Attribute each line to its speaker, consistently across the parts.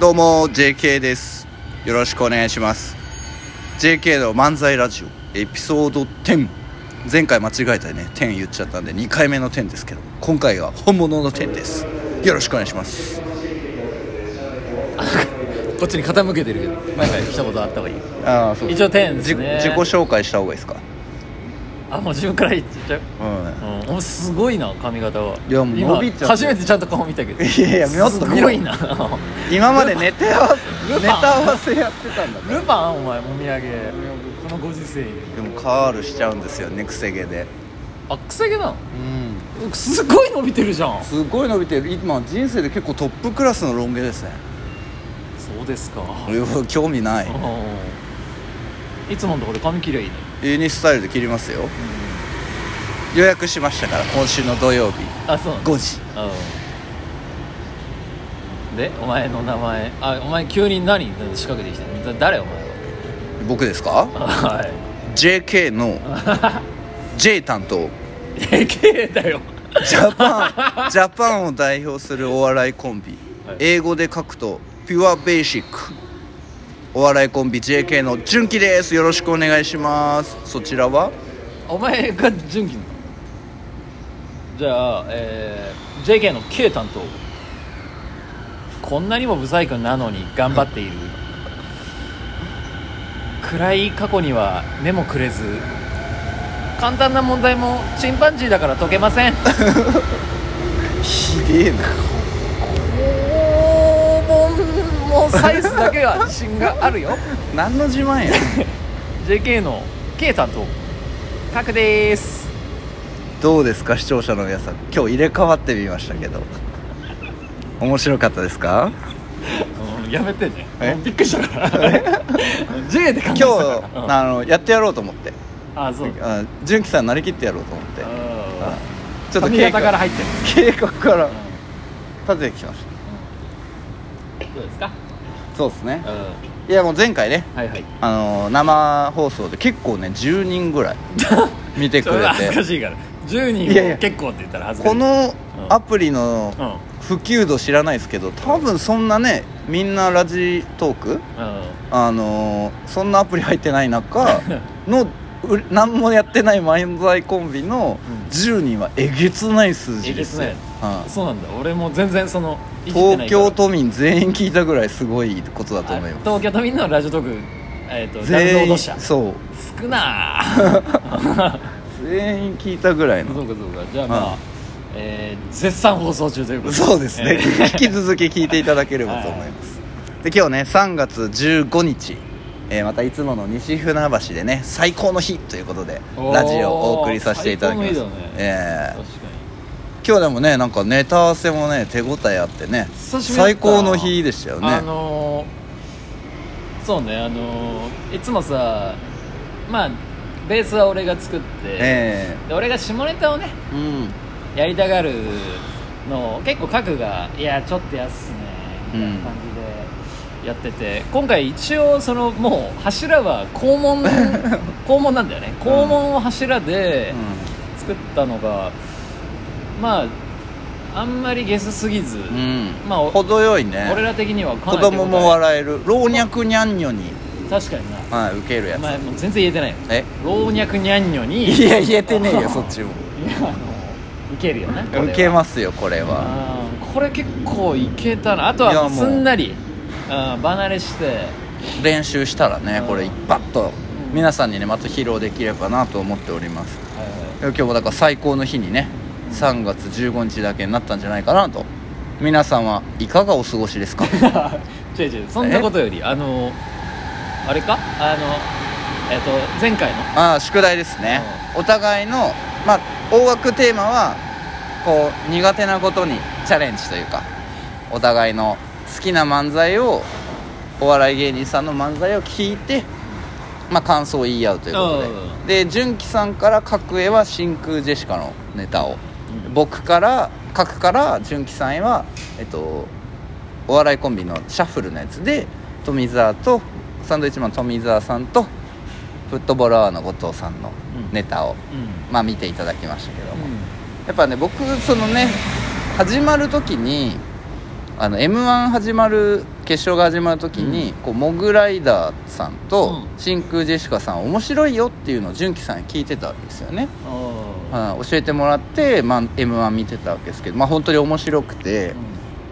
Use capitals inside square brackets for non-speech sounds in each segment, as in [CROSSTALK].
Speaker 1: どうも JK ですよろしくお願いします JK の漫才ラジオエピソード10前回間違えたね10言っちゃったんで2回目の10ですけど今回は本物の10ですよろしくお願いします
Speaker 2: こっちに傾けてるけど前回一言あった方がいい
Speaker 1: ああそ
Speaker 2: 一応10ですね
Speaker 1: 自己紹介した方がいいですか
Speaker 2: あもう自分から言っちゃう
Speaker 1: うん
Speaker 2: うんおすごいな髪型はい
Speaker 1: やもう伸びちゃって
Speaker 2: 今初めてちゃんと顔見たけど
Speaker 1: いやいやもっ
Speaker 2: す
Speaker 1: と見ろ
Speaker 2: ごいな
Speaker 1: 今までネタ合わせ
Speaker 2: ルパ
Speaker 1: [LAUGHS]
Speaker 2: ン
Speaker 1: ネタ合わせやってたんだね
Speaker 2: ルパンお前もみあげこのご時世に
Speaker 1: でもカールしちゃうんですよねくせ毛で
Speaker 2: あくせ毛なの
Speaker 1: うん
Speaker 2: うんすごい伸びてるじゃん
Speaker 1: すごい伸びてる今人生で結構トップクラスのロン毛ですね
Speaker 2: そうですか
Speaker 1: いや興味ない
Speaker 2: うんいつものところで髪切りゃいいね
Speaker 1: ユニスタイルで切りますよ予約しましたから今週の土曜日
Speaker 2: あそうなんだ
Speaker 1: 5時
Speaker 2: うんでお前の名前あお前急に何仕掛けてきたのだ誰お前
Speaker 1: 僕ですか
Speaker 2: ははい
Speaker 1: JK [LAUGHS] の J 担当
Speaker 2: えけだよ
Speaker 1: ジャ [LAUGHS] パンジャパンを代表するお笑いコンビ、
Speaker 2: はい
Speaker 1: 英語で書くとピュアベーシックお笑いコンビ JK の純喜ですよろしくお願いしますそちらは
Speaker 2: お前が純喜なのじゃあ、えー JK の K 担当こんなにも不細工なのに頑張っている暗い過去には目もくれず簡単な問題もチンパンジーだから解けません
Speaker 1: ひでえな
Speaker 2: もうサイズだけは自信があるよ
Speaker 1: 何の自慢や [LAUGHS]
Speaker 2: JK の K 担当タクです
Speaker 1: どうですか視聴者の皆さん今日入れ替わってみましたけど面白かったですか
Speaker 2: うんやめてね
Speaker 1: え
Speaker 2: びっくりしたから J で考
Speaker 1: 今
Speaker 2: えてた
Speaker 1: 日
Speaker 2: からうん
Speaker 1: あのやってやろうと思って
Speaker 2: あそうか
Speaker 1: あ純喜さんなりきってやろうと思ってあちょっと
Speaker 2: 髪
Speaker 1: 計
Speaker 2: 型から
Speaker 1: 画
Speaker 2: 入って
Speaker 1: 計
Speaker 2: る
Speaker 1: 画から立ててきました
Speaker 2: どうですか
Speaker 1: そうですね
Speaker 2: うん
Speaker 1: いやもう前回ね
Speaker 2: はいはい
Speaker 1: あのー生放送で結構ね10人ぐら
Speaker 2: [LAUGHS]
Speaker 1: い見て
Speaker 2: ち
Speaker 1: く
Speaker 2: ょっ
Speaker 1: れ
Speaker 2: と恥ずか
Speaker 1: て
Speaker 2: しいから10
Speaker 1: いやい
Speaker 2: 人
Speaker 1: や
Speaker 2: を結構って言ったら恥ずか
Speaker 1: こ
Speaker 2: しい
Speaker 1: のアプリの
Speaker 2: うんうん
Speaker 1: 普及度知らないですけど多分そんなねみんなラジトークあのーそんなアプリ入ってない
Speaker 2: [LAUGHS]
Speaker 1: 中のう何もやってない漫才コンビの
Speaker 2: うん
Speaker 1: 10人はえげつない数
Speaker 2: え
Speaker 1: 字
Speaker 2: げ
Speaker 1: で
Speaker 2: つ
Speaker 1: すよ
Speaker 2: ない
Speaker 1: うん
Speaker 2: そうなんだ俺も全然そのいじってな
Speaker 1: 東
Speaker 2: いから
Speaker 1: 京都民全員聞いたぐらいすごいことだと思い
Speaker 2: あ
Speaker 1: ま
Speaker 2: 東京都民のラジオトークえっと
Speaker 1: す
Speaker 2: ダウンロー
Speaker 1: 全
Speaker 2: ド
Speaker 1: 員
Speaker 2: 者
Speaker 1: そう
Speaker 2: 少
Speaker 1: [LAUGHS]
Speaker 2: なー
Speaker 1: 全員聞いたぐらい
Speaker 2: そ
Speaker 1: の
Speaker 2: うかそうかじゃあ
Speaker 1: う
Speaker 2: ま
Speaker 1: ん
Speaker 2: あえー絶賛放送中ということ
Speaker 1: そうですね
Speaker 2: えー
Speaker 1: 引き続き聞いていただければと思いますで今日ね3月15日えーまたいつもの西船橋でね最高の日ということで
Speaker 2: おー
Speaker 1: ラジオをお送りさせていただきます
Speaker 2: 最高の日だね
Speaker 1: えー
Speaker 2: 確かに
Speaker 1: 今日でもねなんかネタ合わせもね手応えあってね
Speaker 2: 久しぶりだっ
Speaker 1: 最
Speaker 2: た
Speaker 1: 高の日でしたよね
Speaker 2: あのー、そうねあのー、いつもさまあベースは俺が作って、
Speaker 1: え
Speaker 2: で俺が下ネタをね
Speaker 1: えうん
Speaker 2: やりたがるのを結構角が「いやちょっとやっすね」みたいな感じでやってて、今回一応そのもう柱は肛門
Speaker 1: [LAUGHS]
Speaker 2: 肛門なんだよね肛門を柱で作ったのが、まああんまりゲスすぎず、
Speaker 1: うん、うん
Speaker 2: まあお
Speaker 1: 程よいね
Speaker 2: 俺ら的にはか
Speaker 1: 子
Speaker 2: なり手応え
Speaker 1: 供も笑える老若にゃんにょに、
Speaker 2: 確かにな
Speaker 1: はい、受けるや
Speaker 2: お
Speaker 1: つ、
Speaker 2: 前もう全然言えてないよ
Speaker 1: え
Speaker 2: 老若にゃんにょに
Speaker 1: いや言えてねえ
Speaker 2: あ
Speaker 1: よそっちも
Speaker 2: いやあのいけるよねこれは
Speaker 1: 受けますよこれは
Speaker 2: あーこれ結構いけたなあと
Speaker 1: いやも
Speaker 2: は
Speaker 1: う
Speaker 2: すんなりあー離れして
Speaker 1: 練習したらね
Speaker 2: うん
Speaker 1: これバッと
Speaker 2: うん
Speaker 1: 皆さんにねまた披露できればなと思っております今日もだから最高の日にね3月15日だけになったんじゃないかなと皆さんはいかがお過ごしですか
Speaker 2: [LAUGHS] 違う違うそんなことよりあのあれかあのえっと前回の
Speaker 1: ああ宿題ですね、お互いのまあ大枠テーマはこう苦手なことにチャレンジというかお互いの好きな漫才をお笑い芸人さんの漫才を聞いてまあ感想を言い合うということでで純喜さんから角へは真空ジェシカのネタを僕から角から純喜さんへはえっとお笑いコンビのシャッフルのやつで富澤とサンドウィッチマン富澤さんとフットボールアワーの後藤さんのネタを、
Speaker 2: うん
Speaker 1: まあ見ていただきましたけども、やっぱね僕そのね始まる時にあの m 1始まる決勝が始まる時に、こうモグライダーさんと
Speaker 2: うん
Speaker 1: 真空ジェシカさん面白いよっていうのを純喜さんに聞いてたわけですよね、
Speaker 2: あ
Speaker 1: はい教えてもらって、まあ、m 1見てたわけですけど、まあ、本当に面白くて、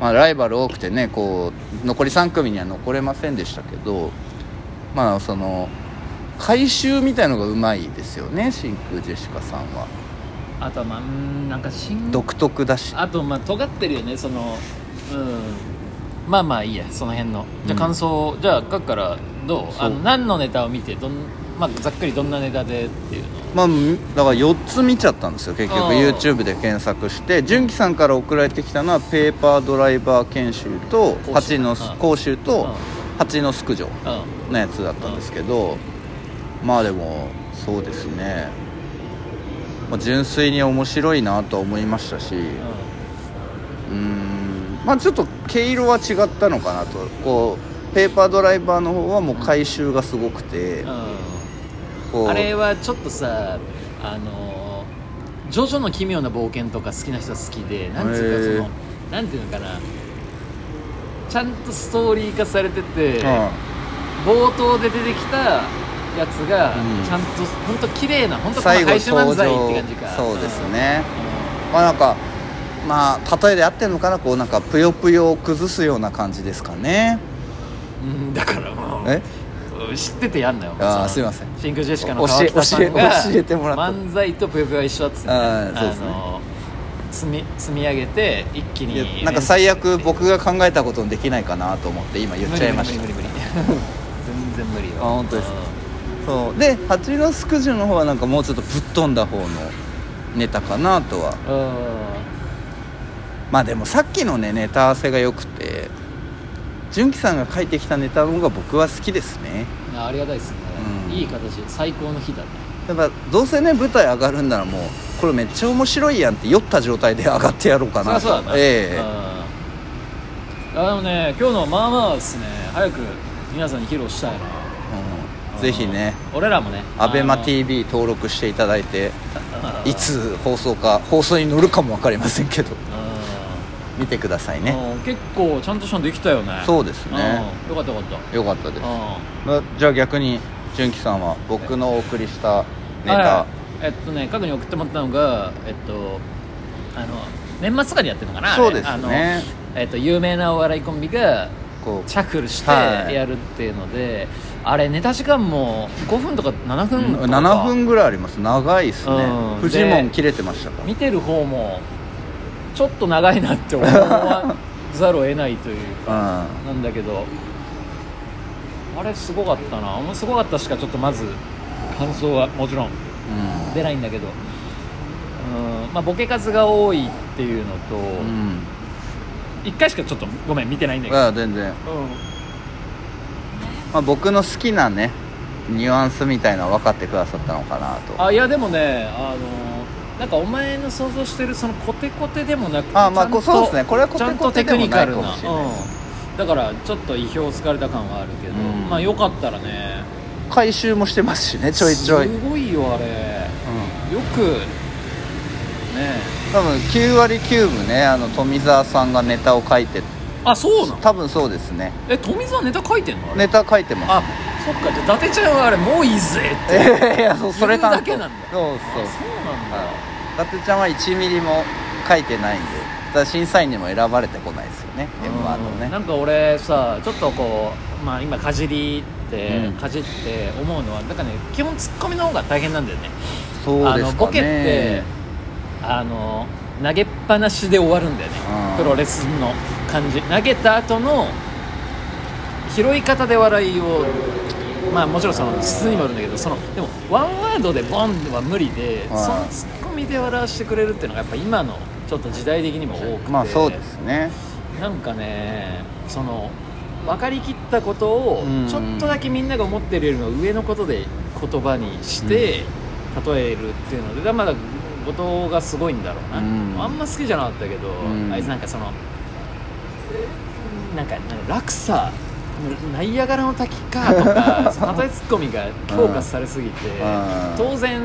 Speaker 1: まあ、ライバル多くてねこう残り3組には残れませんでしたけどまあその回収みたいのがうまいですよね真空ジェシカさんは
Speaker 2: あとはまあうんなんかしん
Speaker 1: 独特だし
Speaker 2: あとまあ尖ってるよねそのうんまあまあいいやその辺のじゃあ感想、じゃあ各からどう
Speaker 1: そう
Speaker 2: あの何のネタを見てどん、まあ、ざっくりどんなネタでっていうの
Speaker 1: まあだから4つ見ちゃったんですよ結
Speaker 2: あ
Speaker 1: 局
Speaker 2: ー
Speaker 1: YouTube で検索して純喜さんから送られてきたのはペーパードライバー研修と
Speaker 2: 講習
Speaker 1: 八の
Speaker 2: うん
Speaker 1: 講習と
Speaker 2: うん
Speaker 1: 八の宿女
Speaker 2: うん
Speaker 1: のやつだったんですけどまあでもそうですね、まあ、純粋に面白いなとは思いましたしうーんまあちょっと毛色は違ったのかなとこうペーパードライバーの方はもう回収がすごくて、
Speaker 2: う
Speaker 1: こ
Speaker 2: ん
Speaker 1: う
Speaker 2: あれはちょっとさあのージョジョの奇妙な冒険とか好きな人は好きでなんていう
Speaker 1: へ
Speaker 2: かそのなんていうのかなちゃんとストーリー化されてて、
Speaker 1: う
Speaker 2: 冒頭で出てきたやつが
Speaker 1: うん
Speaker 2: ちゃんと本当綺麗な本
Speaker 1: ん
Speaker 2: 当この
Speaker 1: 最後
Speaker 2: 廃止漫
Speaker 1: 登
Speaker 2: 才っ
Speaker 1: 場
Speaker 2: て感じか
Speaker 1: そうです
Speaker 2: ん
Speaker 1: ね、まあなんかまあ例えで合ってるのかなこうなんかぷよぷよを崩すような感じですかね
Speaker 2: うんうんだからもう
Speaker 1: え
Speaker 2: 知っててやんなよ
Speaker 1: あー
Speaker 2: その
Speaker 1: すいません
Speaker 2: 真空ジェシカの
Speaker 1: 教
Speaker 2: 川
Speaker 1: え
Speaker 2: 北さんが
Speaker 1: 教え教えてもらった
Speaker 2: 漫才とぷよぷよは一緒だっつってね
Speaker 1: あーそうですね
Speaker 2: の積み積み上げて一気
Speaker 1: いや
Speaker 2: に
Speaker 1: なんか最悪僕が考えたことにできないかなと思って今言っちゃいました
Speaker 2: 無理無理無理無理
Speaker 1: [LAUGHS]
Speaker 2: 全然無理よ
Speaker 1: あ本当ですか
Speaker 2: う
Speaker 1: そうで八のスクジュの方はなんかもうちょっとぶっ飛んだ方のネタかなとは
Speaker 2: ん
Speaker 1: まあでもさっきのねネタ合わせが良くて純喜さんが書いてきたネタの方が僕は好きですね
Speaker 2: うんあありがたいですね
Speaker 1: うん
Speaker 2: いい形最高の日だね
Speaker 1: やっぱどうせね舞台上がるんならもうこれめっちゃ面白いやんって酔った状態で上がってやろうかなと
Speaker 2: そりゃそうだな
Speaker 1: ええ
Speaker 2: うんあのね今日のまあまあですね早く皆さんに披露したいな
Speaker 1: うんぜひね
Speaker 2: うん俺らもね
Speaker 1: ABEMATV 登録していただいて
Speaker 2: あの
Speaker 1: いつ放送か放送に乗るかも分かりませんけど
Speaker 2: う
Speaker 1: 見てください
Speaker 2: ん
Speaker 1: ね
Speaker 2: うん結構ちゃんとしたのできたよね
Speaker 1: そうですね
Speaker 2: うんよかったよかった
Speaker 1: よかったです
Speaker 2: う
Speaker 1: まじゃあ逆に純喜さんは僕のお送りした
Speaker 2: ん
Speaker 1: ネタ、
Speaker 2: あらえっとね過去に送ってもらったのがえっとあの年末とかにやってるのかなあれ
Speaker 1: そうですね
Speaker 2: あのえっと有名なお笑いコンビが
Speaker 1: こう
Speaker 2: シャッフルして
Speaker 1: はい
Speaker 2: やるっていうので、あれネタ時間も5分とか7分とか
Speaker 1: 7分ぐらいあります長いですね
Speaker 2: うん
Speaker 1: フジモン切れてましたから
Speaker 2: 見てる方もちょっと長いなって思わざるを得ないというか
Speaker 1: うん
Speaker 2: なんだけどあれすごかったなもうすごかったしかちょっとまず感想はもちろん出ないんだけどうんまあボケ数が多いっていうのと、
Speaker 1: うん、うん
Speaker 2: 1回しかちょっとごめん見てないんだけど
Speaker 1: ああ全然、
Speaker 2: うん
Speaker 1: まあ、僕の好きなねニュアンスみたいなの分かってくださったのかなと
Speaker 2: あいやでもねあのなんかお前の想像してるそのコテコテでもなく
Speaker 1: あまあ
Speaker 2: ちゃんと
Speaker 1: そうですねこれはコテコテ
Speaker 2: ちゃんとテクニカル
Speaker 1: でもな
Speaker 2: ない
Speaker 1: かもしれないです
Speaker 2: うん、だからちょっと意表をつかれた感はあるけど、
Speaker 1: うん
Speaker 2: まあよかったらね
Speaker 1: 回収もしてますしねちょいちょい、うん、
Speaker 2: すごいよあれよくね
Speaker 1: 多分9割9分ねあの富澤さんがネタを書いて
Speaker 2: あそうなの
Speaker 1: 多分そうですね
Speaker 2: え富澤ネタ書いてんのあれ
Speaker 1: ネタ書いてます
Speaker 2: あそっかじゃあ伊達ちゃんはあれもういいぜって
Speaker 1: いやいやそうそれ担当
Speaker 2: 言うだけなんだ
Speaker 1: そうそう
Speaker 2: そうなんだ、
Speaker 1: 伊達ちゃんは1ミリも書いてないんでだから審査員にも選ばれてこないですよね m 1の
Speaker 2: うんな
Speaker 1: ね
Speaker 2: んか俺さちょっとこう、まあ、今かじりって、
Speaker 1: うん
Speaker 2: かじって思うのはなんかね基本ツッコミの方が大変なんだよね
Speaker 1: そうで
Speaker 2: あの
Speaker 1: す
Speaker 2: ボ
Speaker 1: か
Speaker 2: ケって
Speaker 1: ね
Speaker 2: あの投げっぱなしで終わるんだよね
Speaker 1: うん
Speaker 2: プロレスの感じ投げた後の拾い方で笑いをまあもちろんその筒にもあるんだけどそのでもワンワードでボンでは無理で
Speaker 1: うん
Speaker 2: そのツッコミで笑わせてくれるっていうのがやっぱ今のちょっと時代的にも多くて
Speaker 1: まあそうですね
Speaker 2: なんかねその分かりきったことを
Speaker 1: うん
Speaker 2: ちょっとだけみんなが思ってるよりも上のことで言葉にして例えるっていうのでだからまだ後藤がすごいんだろうな、
Speaker 1: うん
Speaker 2: あんま好きじゃなかったけど、
Speaker 1: うん
Speaker 2: あいつなんかそのなんかなんか落差ナイアガラの滝かとか
Speaker 1: [LAUGHS]
Speaker 2: その例えツッコミが強化されすぎて
Speaker 1: うん
Speaker 2: 当然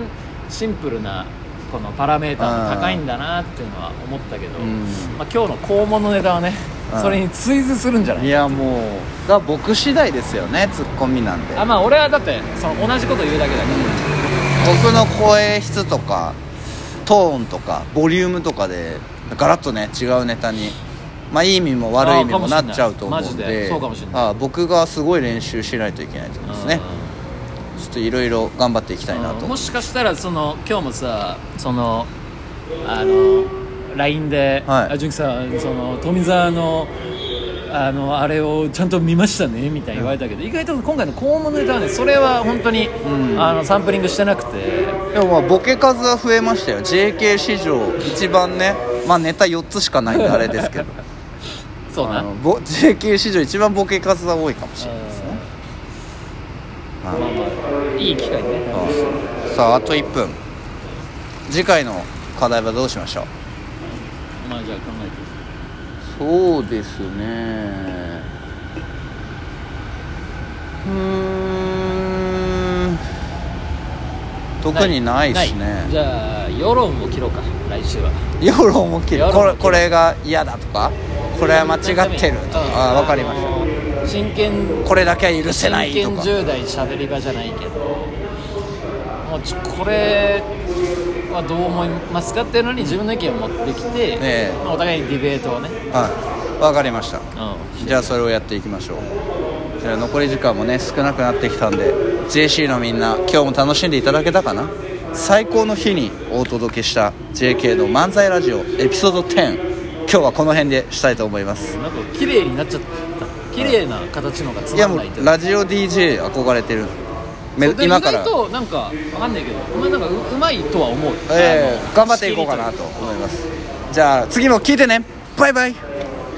Speaker 2: シンプルなこのパラメーターも高いんだなっていうのは思ったけど、
Speaker 1: うん
Speaker 2: まあ、今日の肛門のネタはね
Speaker 1: うん
Speaker 2: それに追随するんじゃない
Speaker 1: いやもうが僕次第ですよねツッコミなんで
Speaker 2: あまあ俺はだってその同じこと言うだけだから
Speaker 1: 僕の声質とかトーンとかボリュームとかでガラッとね違うネタにまあいい意味も悪い意味もなっちゃうと思うんで
Speaker 2: あーかもしんないマジでそうかもしんない
Speaker 1: あー僕がすごい練習しないといけないと思いますねちょっといろいろ頑張っていきたいな
Speaker 2: う
Speaker 1: と
Speaker 2: んもしかしたらその今日もさそのあの LINE で「
Speaker 1: はい
Speaker 2: あ純喜さんその富澤のあのあれをちゃんと見ましたね」みたいに言われたけど、意外と今回の肛門ネタはねそれは本当に、
Speaker 1: ん
Speaker 2: あのサンプリングしてなくて
Speaker 1: でもまあボケ数は増えましたよ JK 史上一番ねまあネタ4つしかないんであれです
Speaker 2: [LAUGHS]
Speaker 1: けど
Speaker 2: そう
Speaker 1: あ
Speaker 2: な
Speaker 1: のぼ JK 史上一番ボケ数は多いかもしれないですね
Speaker 2: まあまあいい機会ね
Speaker 1: さああと1分次回の課題はどうしましょう
Speaker 2: まあじゃあ考えて
Speaker 1: そうですねうーん特にないです
Speaker 2: ないじ
Speaker 1: ね
Speaker 2: ゃあ世論を切ろうか来週は
Speaker 1: 世論を切る
Speaker 2: 世論を切
Speaker 1: これ
Speaker 2: る
Speaker 1: これが嫌だとかこれは間違ってるとかあ分かりまし
Speaker 2: した真剣
Speaker 1: たこれだけは許せないと
Speaker 2: 真
Speaker 1: か
Speaker 2: 剣10代しゃべり場じゃないけどもうちょこれはどう思いますかっていうのに自分の意見を持ってきて、
Speaker 1: ええ
Speaker 2: まあお互いにディベートをね、
Speaker 1: はい分かりました
Speaker 2: う
Speaker 1: じゃあそれをやっていきましょうじゃあ残り時間もね少なくなってきたんで JC のみんな今日も楽しんでいただけたかな最高の日にお届けした JK の漫才ラジオエピソード10今日はこの辺でしたいと思います
Speaker 2: ん、なんか綺麗になっちゃった綺麗な形の方がつ
Speaker 1: いや
Speaker 2: まん
Speaker 1: も
Speaker 2: ないというう
Speaker 1: ラジオ DJ 憧れてるめ
Speaker 2: で
Speaker 1: 今から
Speaker 2: 意外となんかわかんないけどまあなんかううまいとは思う、
Speaker 1: ええ
Speaker 2: あの
Speaker 1: 頑張っていこうかなと思いますじゃあ次も聞いてねバイバイ
Speaker 2: バイ